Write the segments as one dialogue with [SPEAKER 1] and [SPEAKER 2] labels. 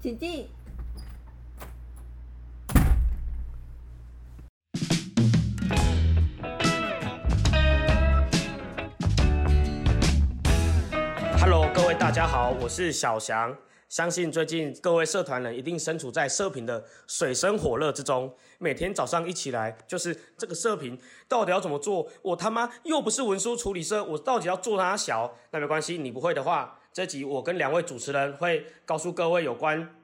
[SPEAKER 1] 请进。
[SPEAKER 2] Hello，各位大家好，我是小翔。相信最近各位社团人一定身处在社评的水深火热之中，每天早上一起来就是这个社评到底要怎么做？我他妈又不是文书处理社，我到底要做它小？那没关系，你不会的话，这集我跟两位主持人会告诉各位有关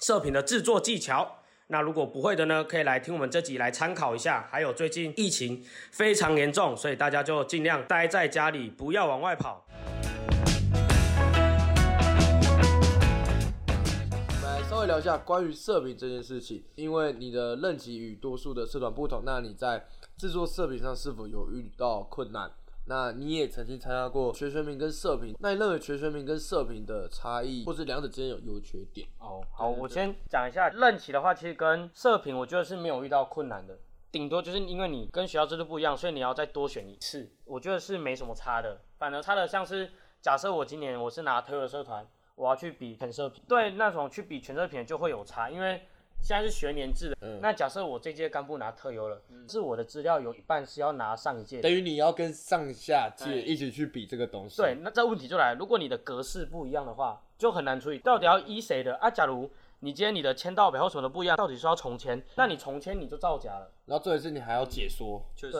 [SPEAKER 2] 射频的制作技巧。那如果不会的呢，可以来听我们这集来参考一下。还有最近疫情非常严重，所以大家就尽量待在家里，不要往外跑。
[SPEAKER 3] 我们来稍微聊一下关于社评这件事情，因为你的任期与多数的社团不同，那你在制作社评上是否有遇到困难？那你也曾经参加过全学评跟社评，那你认为全学评跟社评的差异，或是两者之间有优缺点？
[SPEAKER 2] 哦，好，我先讲一下任期的话，其实跟社评我觉得是没有遇到困难的，顶多就是因为你跟学校制度不一样，所以你要再多选一次，我觉得是没什么差的。反而差的像是假设我今年我是拿推文社团，我要去比全社评，对那种去比全社评的就会有差，因为。现在是学年制的，那假设我这届干部拿特优了，是我的资料有一半是要拿上一届的，
[SPEAKER 3] 等于你要跟上下届一起去比这个东西。
[SPEAKER 2] 对，，那这问题就来了，如果你的格式不一样的话，就很难处理。到底要依谁的啊？假如你今天你的签到表或什么的不一样，到底是要重签，那你重签你就造假了。
[SPEAKER 3] 然后重点是你还要解说，
[SPEAKER 2] 对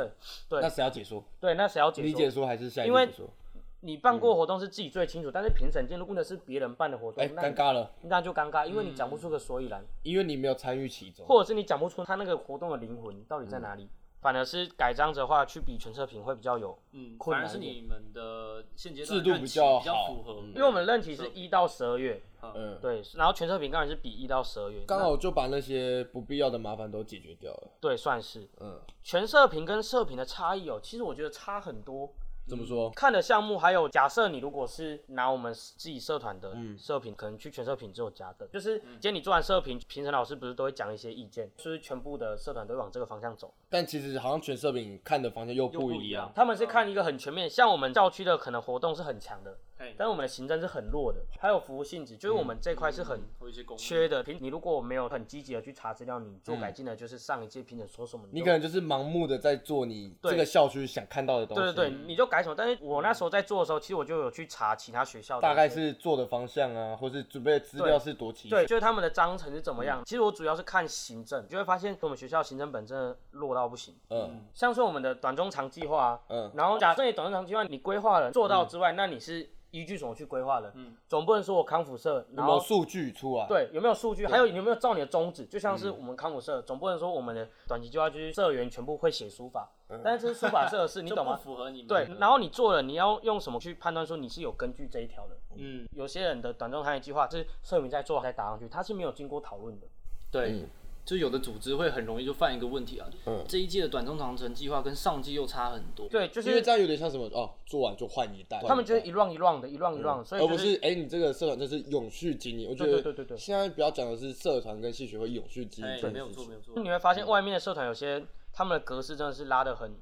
[SPEAKER 2] 对
[SPEAKER 3] 那谁要解说？
[SPEAKER 2] 对，那谁要解
[SPEAKER 3] 你
[SPEAKER 2] 说？
[SPEAKER 3] 解说还是下一
[SPEAKER 2] 因
[SPEAKER 3] 个
[SPEAKER 2] 为
[SPEAKER 3] 解说？
[SPEAKER 2] 你办过活动是自己最清楚，但是评审今天如果那是别人办的活动，
[SPEAKER 3] 哎，
[SPEAKER 2] 那你
[SPEAKER 3] 尴尬嗯了，
[SPEAKER 2] 那就尴尬，因为你讲不出个所以然，
[SPEAKER 3] 因为你没有参与其中。
[SPEAKER 2] 或者是你讲不出他那个活动的灵魂到底
[SPEAKER 3] 嗯
[SPEAKER 2] 在哪里。反而是改章的话，去比全测评会比较有，
[SPEAKER 4] 嗯，
[SPEAKER 2] 困
[SPEAKER 4] 反而
[SPEAKER 2] 难
[SPEAKER 4] 是
[SPEAKER 2] 一点
[SPEAKER 4] 你们的现阶段
[SPEAKER 3] 制度
[SPEAKER 4] 任
[SPEAKER 3] 比
[SPEAKER 4] 期
[SPEAKER 3] 较
[SPEAKER 4] 比较
[SPEAKER 3] 好
[SPEAKER 4] 符合，
[SPEAKER 3] 嗯
[SPEAKER 2] 因为我们任期是一到十二月，
[SPEAKER 3] 嗯，
[SPEAKER 2] 对，然后全测评当然是比一到十二月，
[SPEAKER 3] 刚好就把那些不必要的麻烦都解决掉了。
[SPEAKER 2] 对，算是。
[SPEAKER 3] 嗯，
[SPEAKER 2] 全射频跟射频的差异哦，其实我觉得差很多。
[SPEAKER 3] 怎么说？
[SPEAKER 2] 看的项目还有，假设你如果是拿我们自己社团的
[SPEAKER 3] 嗯
[SPEAKER 2] 射频，可能去全射频只有加的，就是今天你做完射频，评审老师不是都会讲一些意见，就是全部的社团都会往这个方向走。
[SPEAKER 3] 但其实好像全社饼看的方向又不
[SPEAKER 4] 不
[SPEAKER 3] 一
[SPEAKER 4] 一
[SPEAKER 3] 样
[SPEAKER 4] 样。
[SPEAKER 2] 他们是看一个很全面，像我们校区的可能活动是很强的，
[SPEAKER 4] 嘿
[SPEAKER 2] 但是我们的行政是很弱的，还有服务性质，就是我
[SPEAKER 3] 嗯
[SPEAKER 2] 们这块是很。
[SPEAKER 4] 或一些公益
[SPEAKER 2] 缺的，平你如果没有很积极的去查资料，你做改进的就是上一届评审说什么就
[SPEAKER 3] 嗯你可能就是盲目的在做你
[SPEAKER 2] 对
[SPEAKER 3] 这个校区想看到的东西，
[SPEAKER 2] 对对对，你就改什么？但是我那时候在做的时候，其实我就有去查其他学校的，
[SPEAKER 3] 大概是做的方向啊，或是准备的资料是多齐
[SPEAKER 2] 对，
[SPEAKER 3] 全。
[SPEAKER 2] 就是他们的章程是怎么
[SPEAKER 3] 嗯
[SPEAKER 2] 样。其实我主要是看行政，就会发现我们学校行政本真的弱到不行。
[SPEAKER 3] 嗯
[SPEAKER 2] 像是我们的短中长计划、啊，
[SPEAKER 3] 嗯
[SPEAKER 2] 然后假设你短中长计划你规划了做到之外，那你是依据什么去规划的？嗯，总不能说我康复社，
[SPEAKER 3] 有
[SPEAKER 2] 然
[SPEAKER 3] 没有
[SPEAKER 2] 后
[SPEAKER 3] 数据出来？，
[SPEAKER 2] 对，有没有数据？还有有没有照你的宗旨？就像是
[SPEAKER 3] 嗯
[SPEAKER 2] 我们康复社，总不能说我们的短期计划就是社员全部会写书法，
[SPEAKER 3] 嗯
[SPEAKER 2] 但是这是书法社的 事，你
[SPEAKER 4] 就
[SPEAKER 2] 懂
[SPEAKER 4] 不
[SPEAKER 2] 吗？
[SPEAKER 4] 符合你们
[SPEAKER 2] 对，然后你做了，你要用什么去判断说你是有根据这一条的？
[SPEAKER 4] 嗯，
[SPEAKER 2] 有些人的短中长远计划是社民在做才打上去，他是没有经过讨论的。
[SPEAKER 4] 对，
[SPEAKER 2] 嗯
[SPEAKER 4] 就有的组织会很容易就犯一个问题啊，
[SPEAKER 3] 嗯
[SPEAKER 4] 这一届的短中长程计划跟上季又差很多，
[SPEAKER 2] 对，就
[SPEAKER 3] 因为
[SPEAKER 2] 是
[SPEAKER 3] 这样有点像什么哦，做完就换一代，
[SPEAKER 2] 他们就是
[SPEAKER 3] 换一代
[SPEAKER 2] 一浪一浪的，一浪一浪的，所以
[SPEAKER 3] 而
[SPEAKER 2] 就
[SPEAKER 3] 不是哎，你这个社团就是永续经营。我觉得
[SPEAKER 2] 对对对对对
[SPEAKER 3] 现在比较讲的是社团跟系学会永续经营
[SPEAKER 4] 哎，
[SPEAKER 3] 这
[SPEAKER 4] 没有
[SPEAKER 3] 件事
[SPEAKER 4] 错没
[SPEAKER 3] 情，
[SPEAKER 4] 有错，
[SPEAKER 2] 你会发现外面的社团有些他们的格式真的是拉得很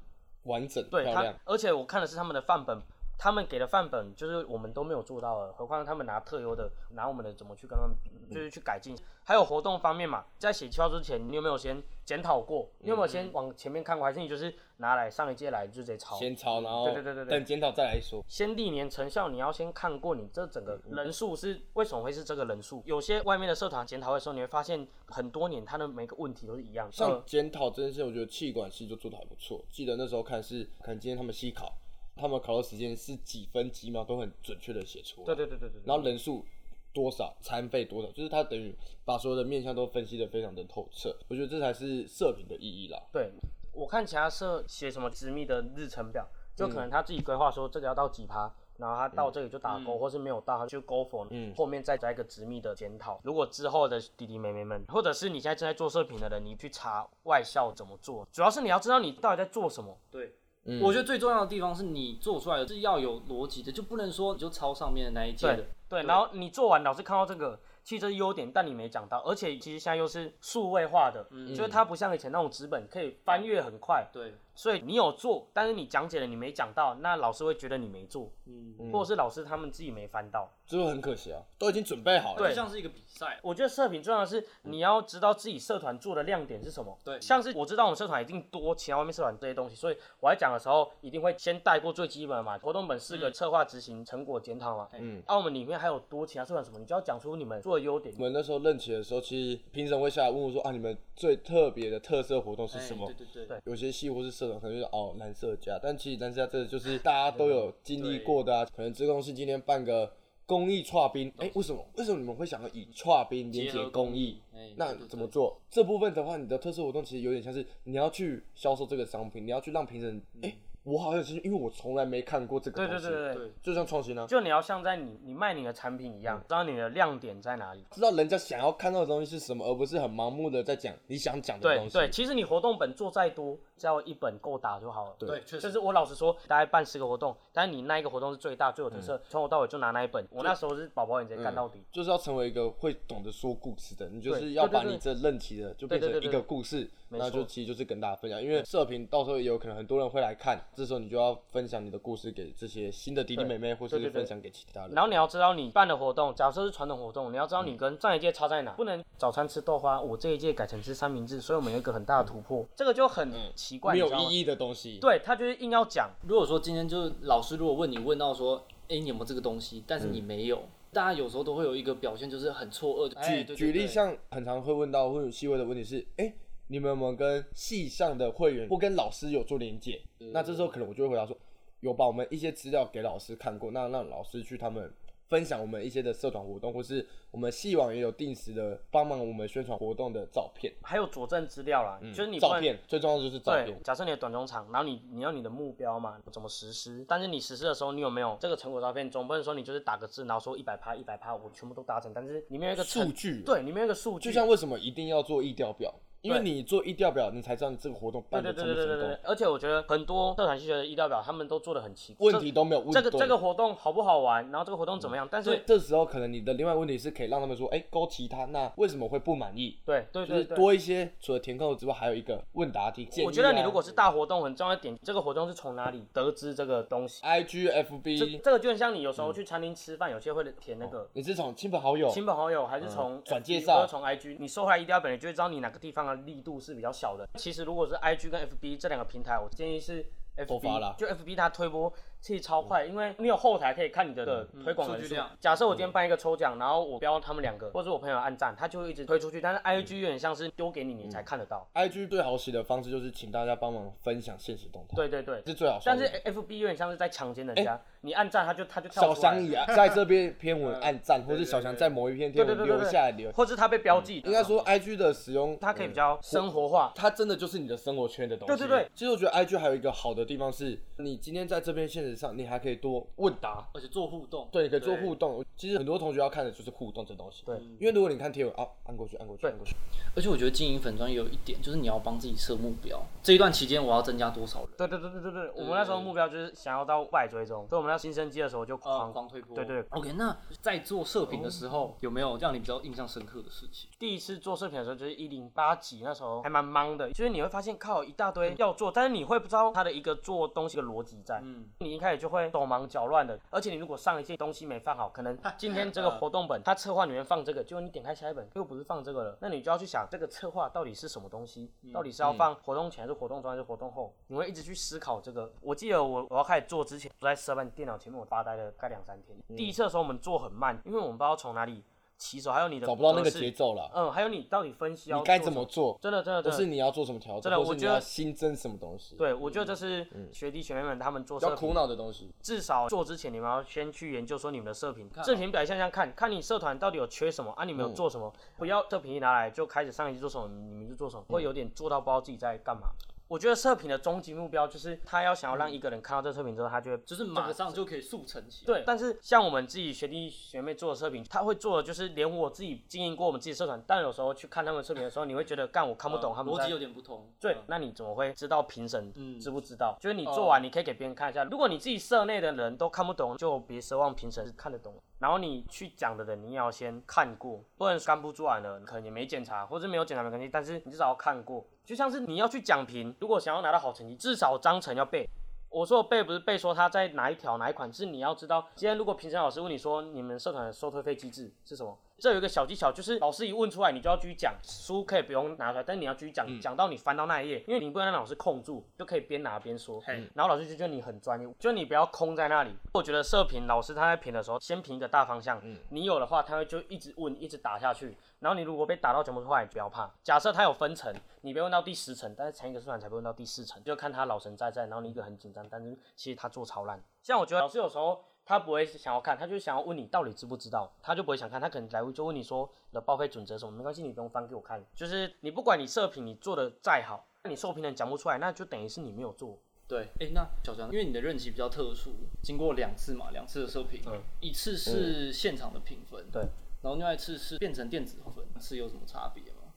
[SPEAKER 3] 完整漂
[SPEAKER 2] 对他
[SPEAKER 3] 亮。，
[SPEAKER 2] 而且我看的是他们的范本，他们给的范本就是我们都没有做到的，何况他们拿特优的，拿我们的怎么去跟他们比，就是去改进。还有活动方面嘛，在写计划之前，你有没有先检讨过？你有没有
[SPEAKER 3] 嗯
[SPEAKER 2] 先往前面看过？还是你就是拿来上一届来就直接抄？
[SPEAKER 3] 先抄，然后
[SPEAKER 2] 对对对对对
[SPEAKER 3] 等检讨再来说。
[SPEAKER 2] 先历年成效，你要先看过你这整个
[SPEAKER 3] 嗯
[SPEAKER 2] 人数是为什么会是这个人数。有些外面的社团检讨会的时候，你会发现很多年他的每个问题都是一样的。嗯
[SPEAKER 3] 像检讨这件事，我觉得气管系就做的还不错。记得那时候看是，可能今天他们系考，他们考的时间是几分几秒都很准确的写出来。
[SPEAKER 2] 对对对对对对，
[SPEAKER 3] 然后人数多少，餐费多少，就是他等于把所有的面向都分析的非常的透彻。我觉得这才是社评的意义啦。
[SPEAKER 2] 对，我看其他社写什么直密的日程表，就可能他自己规划说这个要到几趴，然后他到这里就打勾，或是没有到他就勾否，嗯，后面再加一个直密的检讨。如果之后的弟弟妹妹们，或者是你现在正在做社评的人，你去查外校怎么做，主要是你要知道你到底在做什么。
[SPEAKER 4] 对。
[SPEAKER 3] 嗯
[SPEAKER 4] 我觉得最重要的地方是你做出来的是要有逻辑的，就不能说你就抄上面的那一届的
[SPEAKER 2] 对，对，然后你做完，老师看到这个，其实这是优点，但你没讲到，而且其实现在又是数位化的，就是它不像以前那种纸本可以翻阅很快，
[SPEAKER 4] 对，
[SPEAKER 2] 所以你有做，但是你讲解了你没讲到，那老师会觉得你没做，
[SPEAKER 4] 嗯，
[SPEAKER 2] 或者是老师他们自己没翻到。
[SPEAKER 3] 这就很可惜啊，都已经准备好了。
[SPEAKER 4] 就像是一个比赛，
[SPEAKER 2] 我觉得社评重要的是你要知道自己社团做的亮点是什么。
[SPEAKER 4] 对
[SPEAKER 2] 像是我知道我们社团一定多其他外面社团这些东西，所以我在讲的时候一定会先带过最基本的嘛，活动本四个策划执行成果检讨嘛。嗯，澳门里面还有多其他社团什么，你就要讲出你们做的优点
[SPEAKER 3] 我。们那时候任期的时候，其实评审会下来问我说啊，你们最特别的特色活动是
[SPEAKER 4] 哎
[SPEAKER 3] 什么？
[SPEAKER 4] 对对对，
[SPEAKER 3] 有些戏或是社团可能就是哦蓝色家，但其实蓝色家这就是大家都有经历过的啊。可能志工是今天办个公益串冰，哎、为什么为什么你们会想要以串冰连接
[SPEAKER 4] 合
[SPEAKER 3] 公
[SPEAKER 4] 公
[SPEAKER 3] 益
[SPEAKER 4] 益？哎
[SPEAKER 3] 那
[SPEAKER 4] 对对
[SPEAKER 3] 怎么做？这部分的话，你的特色活动其实有点像是你要去销售这个商品，你要去让评审哎。我好像是因为我从来没看过这个
[SPEAKER 2] 对
[SPEAKER 3] 东
[SPEAKER 2] 对
[SPEAKER 3] 西，
[SPEAKER 2] 对对对嗯
[SPEAKER 4] 对。
[SPEAKER 3] 就像创新啊，
[SPEAKER 2] 就你要像在你你卖你的产品一样，知道你的亮点在哪里。
[SPEAKER 3] 知道人家想要看到的东西是什么，而不是很盲目的在讲你想讲的
[SPEAKER 2] 对
[SPEAKER 3] 东西。
[SPEAKER 2] 对，其实你活动本做再多，只要一本够打就好了。
[SPEAKER 3] 对
[SPEAKER 4] 对，确
[SPEAKER 2] 就
[SPEAKER 4] 实
[SPEAKER 2] 是我老实说，大概办十个活动，但是你那一个活动是最大最有特
[SPEAKER 3] 嗯
[SPEAKER 2] 色，从、头到尾就拿那一本。我那时候是宝宝眼直接干到底。
[SPEAKER 3] 就是要成为一个会懂得说故事的，你就
[SPEAKER 2] 对
[SPEAKER 3] 是要把
[SPEAKER 2] 对对
[SPEAKER 3] 你这任期的就变
[SPEAKER 2] 对
[SPEAKER 3] 成
[SPEAKER 2] 对
[SPEAKER 3] 一
[SPEAKER 2] 对
[SPEAKER 3] 个故事，
[SPEAKER 2] 没
[SPEAKER 3] 那就
[SPEAKER 2] 错
[SPEAKER 3] 其实就是跟大家分享，因为社评到时候也有可能很多人会来看，这时候你就要分享你的故事给这些新的弟弟妹妹，或
[SPEAKER 2] 对
[SPEAKER 3] 是
[SPEAKER 2] 对对
[SPEAKER 3] 分享给其他人。
[SPEAKER 2] 然后你要知道你办的活动，假设是传统活动，你要知道你跟上一届差在哪，
[SPEAKER 3] 嗯
[SPEAKER 2] 不能早餐吃豆花，我这一届改成吃三明治，所以我们有一个很大的突破，这个就很奇怪，
[SPEAKER 3] 嗯没
[SPEAKER 2] 你
[SPEAKER 3] 有
[SPEAKER 2] 知道吗？
[SPEAKER 3] 意义的东西，
[SPEAKER 2] 对他就是硬要讲，
[SPEAKER 4] 如果说今天就是老师如果问你问到说，哎、你有没有这个东西？
[SPEAKER 2] 嗯
[SPEAKER 4] 但是你没有，大家有时候都会有一个表现就是很错愕。哎
[SPEAKER 3] 举
[SPEAKER 4] 对对
[SPEAKER 3] 举例，
[SPEAKER 4] 对
[SPEAKER 3] 像很常会问到会有细微的问题是，哎、你们有没有跟系上的会员或跟老师有做连接？那这时候可能我就会回答说，有把我们一些资料给老师看过，那让老师去他们分享我们一些的社团活动，或是我们系网也有定时的帮忙我们宣传活动的照片，
[SPEAKER 2] 还有佐证资料啦，嗯就是你不
[SPEAKER 3] 嗯照
[SPEAKER 2] 能
[SPEAKER 3] 片最重要的就是照
[SPEAKER 2] 对
[SPEAKER 3] 片，。
[SPEAKER 2] 假设你的短中长，然后你你要你的目标嘛，怎么实施？但是你实施的时候，你有没有这个成果照片？总不能说你就是打个字，然后说一百趴一百趴，我全部都达成，但是里面有一个成
[SPEAKER 3] 数据
[SPEAKER 2] 对，里面有一个数据，
[SPEAKER 3] 就像为什么一定要做意调表？因为
[SPEAKER 2] 对
[SPEAKER 3] 你做意调表，你才知道你这个活动
[SPEAKER 2] 对
[SPEAKER 3] 办
[SPEAKER 2] 对
[SPEAKER 3] 的
[SPEAKER 2] 对
[SPEAKER 3] 成不
[SPEAKER 2] 对对
[SPEAKER 3] 成
[SPEAKER 2] 对对
[SPEAKER 3] 功，，
[SPEAKER 2] 而且我觉得很多社团系学的意料表，他们都做的很奇怪，
[SPEAKER 3] 问题都没有问
[SPEAKER 2] 这个
[SPEAKER 3] 对
[SPEAKER 2] 这个活动好不好玩，然后这个活动怎么样，但是
[SPEAKER 3] 对，这时候可能你的另外一个问题是可以让他们说，哎、勾其他，那为什么会不满意？
[SPEAKER 2] 对对
[SPEAKER 3] 就是
[SPEAKER 2] 对对。
[SPEAKER 3] 多一些，除了填空之外，还有一个问答题。建议啊
[SPEAKER 2] 我觉得你如果是大活动，很重要一点，这个活动是从哪里得知这个东西？
[SPEAKER 3] I G F
[SPEAKER 2] 这
[SPEAKER 3] B，
[SPEAKER 2] 这个就很像你有时
[SPEAKER 3] 嗯
[SPEAKER 2] 候去餐厅吃饭，有些会填那个
[SPEAKER 3] 你是从亲朋好友，
[SPEAKER 2] 亲朋好友，还是从
[SPEAKER 3] 哦嗯转
[SPEAKER 2] FB
[SPEAKER 3] 介绍
[SPEAKER 2] 或者从 IG，你收回来一定要本，你就会知道你哪个地方的力度是比较小
[SPEAKER 3] 嗯
[SPEAKER 2] 的。其实如果是 IG 跟 FB 这两个平台，我建议是
[SPEAKER 3] 首发啦嗯
[SPEAKER 2] FB，就 FB 它推播其实超快，因为你有后台可以看你的的推广
[SPEAKER 4] 数
[SPEAKER 2] 人
[SPEAKER 4] 据
[SPEAKER 2] 数
[SPEAKER 4] 量。
[SPEAKER 2] 假设我今天办一个抽
[SPEAKER 3] 嗯
[SPEAKER 2] 奖，然后我标他们两个，或者我朋友按赞，他就会一直推出去。但是 IG 有点像是丢给你，你才看得到。
[SPEAKER 3] I G 最好写的方式就是请大家帮忙分享现实动态，
[SPEAKER 2] 对对对。
[SPEAKER 3] 是最好收
[SPEAKER 2] 但
[SPEAKER 3] 的。
[SPEAKER 2] 是哎 FB 有点像是在强奸人家，你按赞他就他就跳
[SPEAKER 3] 小
[SPEAKER 2] 出来
[SPEAKER 3] 翔
[SPEAKER 2] 了，
[SPEAKER 3] 也啊在这篇 篇文按赞，或是小翔在某一篇
[SPEAKER 2] 对
[SPEAKER 3] 篇
[SPEAKER 2] 对
[SPEAKER 3] 文
[SPEAKER 2] 对对
[SPEAKER 3] 留下来
[SPEAKER 2] 对，
[SPEAKER 3] 留，
[SPEAKER 2] 或是他被标记，
[SPEAKER 3] 应该说嗯 I G 的使用，
[SPEAKER 2] 他可以比较生活化。
[SPEAKER 3] 它真的就是你的生活圈的东西。
[SPEAKER 2] 对对对。
[SPEAKER 3] 其实我觉得 I G 还有一个好的地方是，你今天在这篇现实上，你还可以多问答，
[SPEAKER 4] 而且做互动，
[SPEAKER 3] 对，你可以做互动。其实很多同学要看的就是互动这东西。
[SPEAKER 2] 对
[SPEAKER 3] 因为如果你看贴文啊，按过去，按过去，
[SPEAKER 2] 对
[SPEAKER 3] 按过去，
[SPEAKER 4] 而且我觉得经营粉砖也有一点，就是你要帮自己设目标。这一段期间我要增加多少人？
[SPEAKER 2] 对对对对对对，我们那时候目标就是想要到五百追踪，所以我们要新生机的时候就
[SPEAKER 4] 呃，
[SPEAKER 2] 哦狂。
[SPEAKER 4] 狂推波。
[SPEAKER 2] 啊对哦对
[SPEAKER 4] OK，那在做射频的时候，有没有让你比较印象深刻的事情？
[SPEAKER 2] 第一次做视频的时候就是一零八级，那时候还蛮忙的，就是你会发现靠一大
[SPEAKER 3] 嗯
[SPEAKER 2] 堆要做，但是你会不知道它的一个做东西的逻辑在。嗯，你一开始就会手忙脚乱的，而且你如果上一件东西没放好，可 能今天这个活动本它策划里面放这个，结果你点开下一本又不是放这个了，那你就要去想这个策划到底是什么东西，
[SPEAKER 3] 嗯
[SPEAKER 2] 到底是要放活动前还是活动中还是活动后，你会一直去思考这个。我记得我我要开始做之前，我在社办电脑前面我发呆了大概两三天。
[SPEAKER 3] 嗯
[SPEAKER 2] 第一次的时候我们做很慢，因为我们不知道从哪里。起手还有你的
[SPEAKER 3] 找不到那个
[SPEAKER 2] 格式
[SPEAKER 3] 节奏了。
[SPEAKER 2] 嗯，还有你到底分析要
[SPEAKER 3] 你该
[SPEAKER 2] 做
[SPEAKER 3] 怎么做？
[SPEAKER 2] 真的真的
[SPEAKER 3] 不
[SPEAKER 2] 真的
[SPEAKER 3] 是你要做什么调
[SPEAKER 2] 真
[SPEAKER 3] 整，
[SPEAKER 2] 的
[SPEAKER 3] 或是
[SPEAKER 2] 我
[SPEAKER 3] 你
[SPEAKER 2] 觉得
[SPEAKER 3] 要新增什么东西，比
[SPEAKER 2] 对，我觉得这是学弟学妹们他们做
[SPEAKER 3] 较
[SPEAKER 2] 社
[SPEAKER 3] 苦
[SPEAKER 2] 评，
[SPEAKER 3] 恼的东西。
[SPEAKER 2] 至少做之前你们要先去研究说你们的社评，社评表现上看看你社团到底有缺什么啊，你们有做什么，不要这评一拿来就开始上一季做什么，你们就做什么，会有点做到不知道自己在干嘛。我觉得测评的终极目标就是他要想要让一个人看到这个测评之后，他就会
[SPEAKER 4] 就是马上就可以速成起来。
[SPEAKER 2] 对，但是像我们自己学弟学妹做的测评，他会做的就是连我自己经营过我们自己社团，但有时候去看他们测评的时候，你会觉得干我看不懂
[SPEAKER 4] 呃
[SPEAKER 2] 他们
[SPEAKER 4] 逻
[SPEAKER 2] 在
[SPEAKER 4] 辑有点不同。
[SPEAKER 2] 对
[SPEAKER 4] 嗯，
[SPEAKER 2] 那你怎么会知道评审
[SPEAKER 4] 嗯哦
[SPEAKER 2] 知不知道？就是你做完，你可以给别人看一下。如果你自己社内的人都看不懂，就别奢望评审是看得懂。然后你去讲的人，你也要先看过，不然干不出来了，可能也没检查，或者没有检查没关系，但是你至少要看过。就像是你要去讲评，如果想要拿到好成绩，至少章程要背。我说的背不是背说他在哪一条哪一款，是你要知道，今天如果评审老师问你说你们社团的收退费机制是什么，这有一个小技巧，就是老师一问出来，你就要继续讲，书可以不用拿出来，但是你要继续讲，讲到你翻到那一页，因为你不能让老师控住，就可以边拿边说，然后老师就觉得你很专业，就你不要空在那里。我觉得社评老师他在评的时候，先评一个大方向，你有的话他会就一直问，一直打下去，然后你如果被打到全部是坏，你不要怕。假设他有分层，你被问到第十层，但是前一个社团才被问到第四层，就看他老神在在，然后你一个很紧张，但是其实他做超烂。像我觉得老师有时候他不会想要看，他就想要问你到底知不知道，他就不会想看，他可能来就问你说的报废准则什么，没关系，你不用翻给我看。就是你不管你测评你做的再好，那你受评人讲不出来，那就等于是你没有做。
[SPEAKER 4] 对，哎、那小张，因为你的任期比较特殊，经过两次嘛，两次的测评，一次是现场的评分，
[SPEAKER 2] 嗯对，
[SPEAKER 4] 然后另外一次是变成电子分，是有什么差别
[SPEAKER 2] 嗯
[SPEAKER 4] 吗？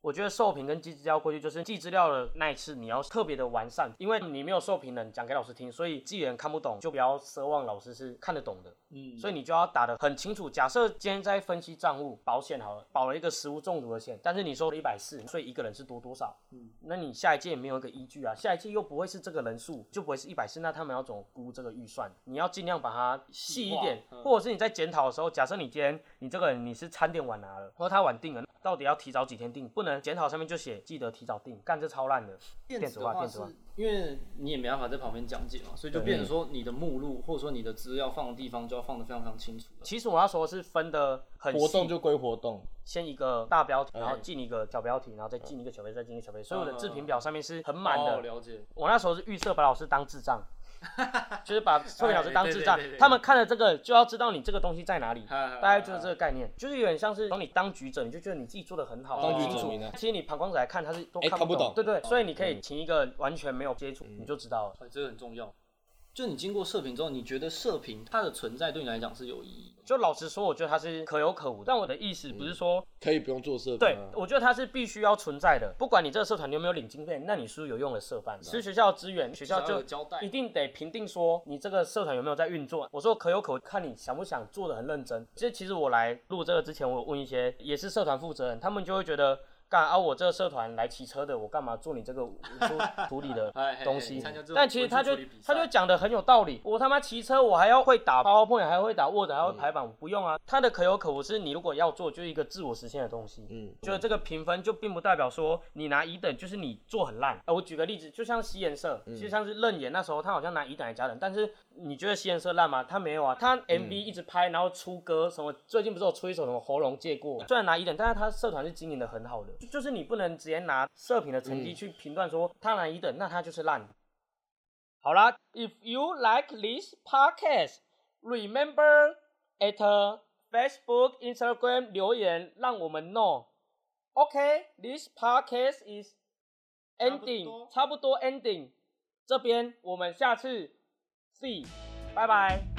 [SPEAKER 2] 我觉得受评跟寄资料过去，就是寄资料的那一次，你要特别的完善，因为你没有受评人讲给老师听，所以寄人看不懂，就不要奢望老师是看得懂的。
[SPEAKER 4] 嗯，
[SPEAKER 2] 所以你就要打得很清楚。假设今天在分析账务保险好了，保了一个实物中毒的险，但是你收了一百四，所以一个人是多多少？嗯，那你下一届也没有一个依据啊，下一届又不会是这个人数，就不会是一百四，那他们要怎么估这个预算？你要尽量把它细一点
[SPEAKER 4] 细化，嗯
[SPEAKER 2] 或者是你在检讨的时候，假设你今天你这个人你是餐点晚拿了，或者他晚订了，到底要提早几天订？不能检讨上面就写记得提早订，干这超烂的。
[SPEAKER 4] 电
[SPEAKER 2] 电
[SPEAKER 4] 子
[SPEAKER 2] 子
[SPEAKER 4] 的
[SPEAKER 2] 化
[SPEAKER 4] 话
[SPEAKER 2] 电
[SPEAKER 4] 是
[SPEAKER 2] 子化，
[SPEAKER 4] 因为你也没办法在旁边讲解嘛，所以就
[SPEAKER 2] 对嗯
[SPEAKER 4] 变成说你的目录或者说你的资料放的地方就要放的非常非常清楚了。
[SPEAKER 2] 其实我要说的是分的很细
[SPEAKER 3] 活动就归活动，
[SPEAKER 2] 先一个大标题，
[SPEAKER 3] 嗯
[SPEAKER 2] 然后进一个小标题，然后再进一个小标题，再进一个小标题，所以我的
[SPEAKER 4] 嗯
[SPEAKER 2] 制评表上面是很满
[SPEAKER 4] 哦，
[SPEAKER 2] 的。
[SPEAKER 4] 了解。
[SPEAKER 2] 我那时候是预设把老师当智 障，就是把数学老师当智障
[SPEAKER 4] 哎对对对对，对
[SPEAKER 2] 他们看了这个就要知道你这个东西在哪里，
[SPEAKER 4] 哎哎
[SPEAKER 2] 大概就是这个概念，就是有点像是当你当局者，你就觉得你自己做的很好，
[SPEAKER 4] 当局
[SPEAKER 2] 很
[SPEAKER 4] 者
[SPEAKER 2] 清楚
[SPEAKER 3] 迷呢。
[SPEAKER 2] 其实你旁观者来看，他是都
[SPEAKER 3] 哎
[SPEAKER 2] 看
[SPEAKER 3] 看不懂
[SPEAKER 2] 对
[SPEAKER 4] 嗯
[SPEAKER 2] 对，所以你可以请一个完全没有接触，你就知道了。
[SPEAKER 4] 哎，这个很重要。就你经过射频之后，你觉得射频它的存在对你来讲是有意义的？
[SPEAKER 2] 就老实说，我觉得它是可有可无，但我的意思不是说
[SPEAKER 3] 可以不用做社评
[SPEAKER 2] 对
[SPEAKER 4] 嗯
[SPEAKER 3] 啊，
[SPEAKER 2] 我觉得它是必须要存在的。不管你这个社团你有没有领经费，那你是不是有用的社办？是学校的资源，学校
[SPEAKER 4] 只要
[SPEAKER 2] 就
[SPEAKER 4] 有交代
[SPEAKER 2] 一定得评定说你这个社团有没有在运作。我说可有可无，看你想不想做的很认真。其实其实我来录这个之前，我有问一些也是社团负责人，他们就会觉得。干啊！我这个社团来骑车的，我干嘛做你这个 无无说土里的
[SPEAKER 4] 哎哎哎
[SPEAKER 2] 东西
[SPEAKER 4] 参加这？种
[SPEAKER 2] 但其实他就
[SPEAKER 4] 文字处理比赛
[SPEAKER 2] 他就讲的很有道理。我他妈骑车，我还要会打 PowerPoint，还会打 Word，还会排版，我不用啊。他的可有可无是你如果要做，就是一个自我实现的东西。
[SPEAKER 3] 嗯，
[SPEAKER 2] 就这个评分就并不代表说你拿乙等就是你做很烂。呃，我举个例子，就像西颜社，就像是任演那时候他好像拿乙等来加人，但是你觉得西颜社烂吗？他没有啊，他 MV 一直拍，然后出歌什么，最近不是有出一首什么喉咙借过，虽然拿乙等，但是他社团是经营的很好的，就就是你不能直接拿社评的成绩去评断说他拿乙等，那他就是烂。好啦，If you like this podcast, remember at Facebook, Instagram 留言让我们 know。OK, this podcast is
[SPEAKER 4] 差不
[SPEAKER 2] ending，
[SPEAKER 4] 多
[SPEAKER 2] 差不多 ending。这边我们下次 see，拜拜。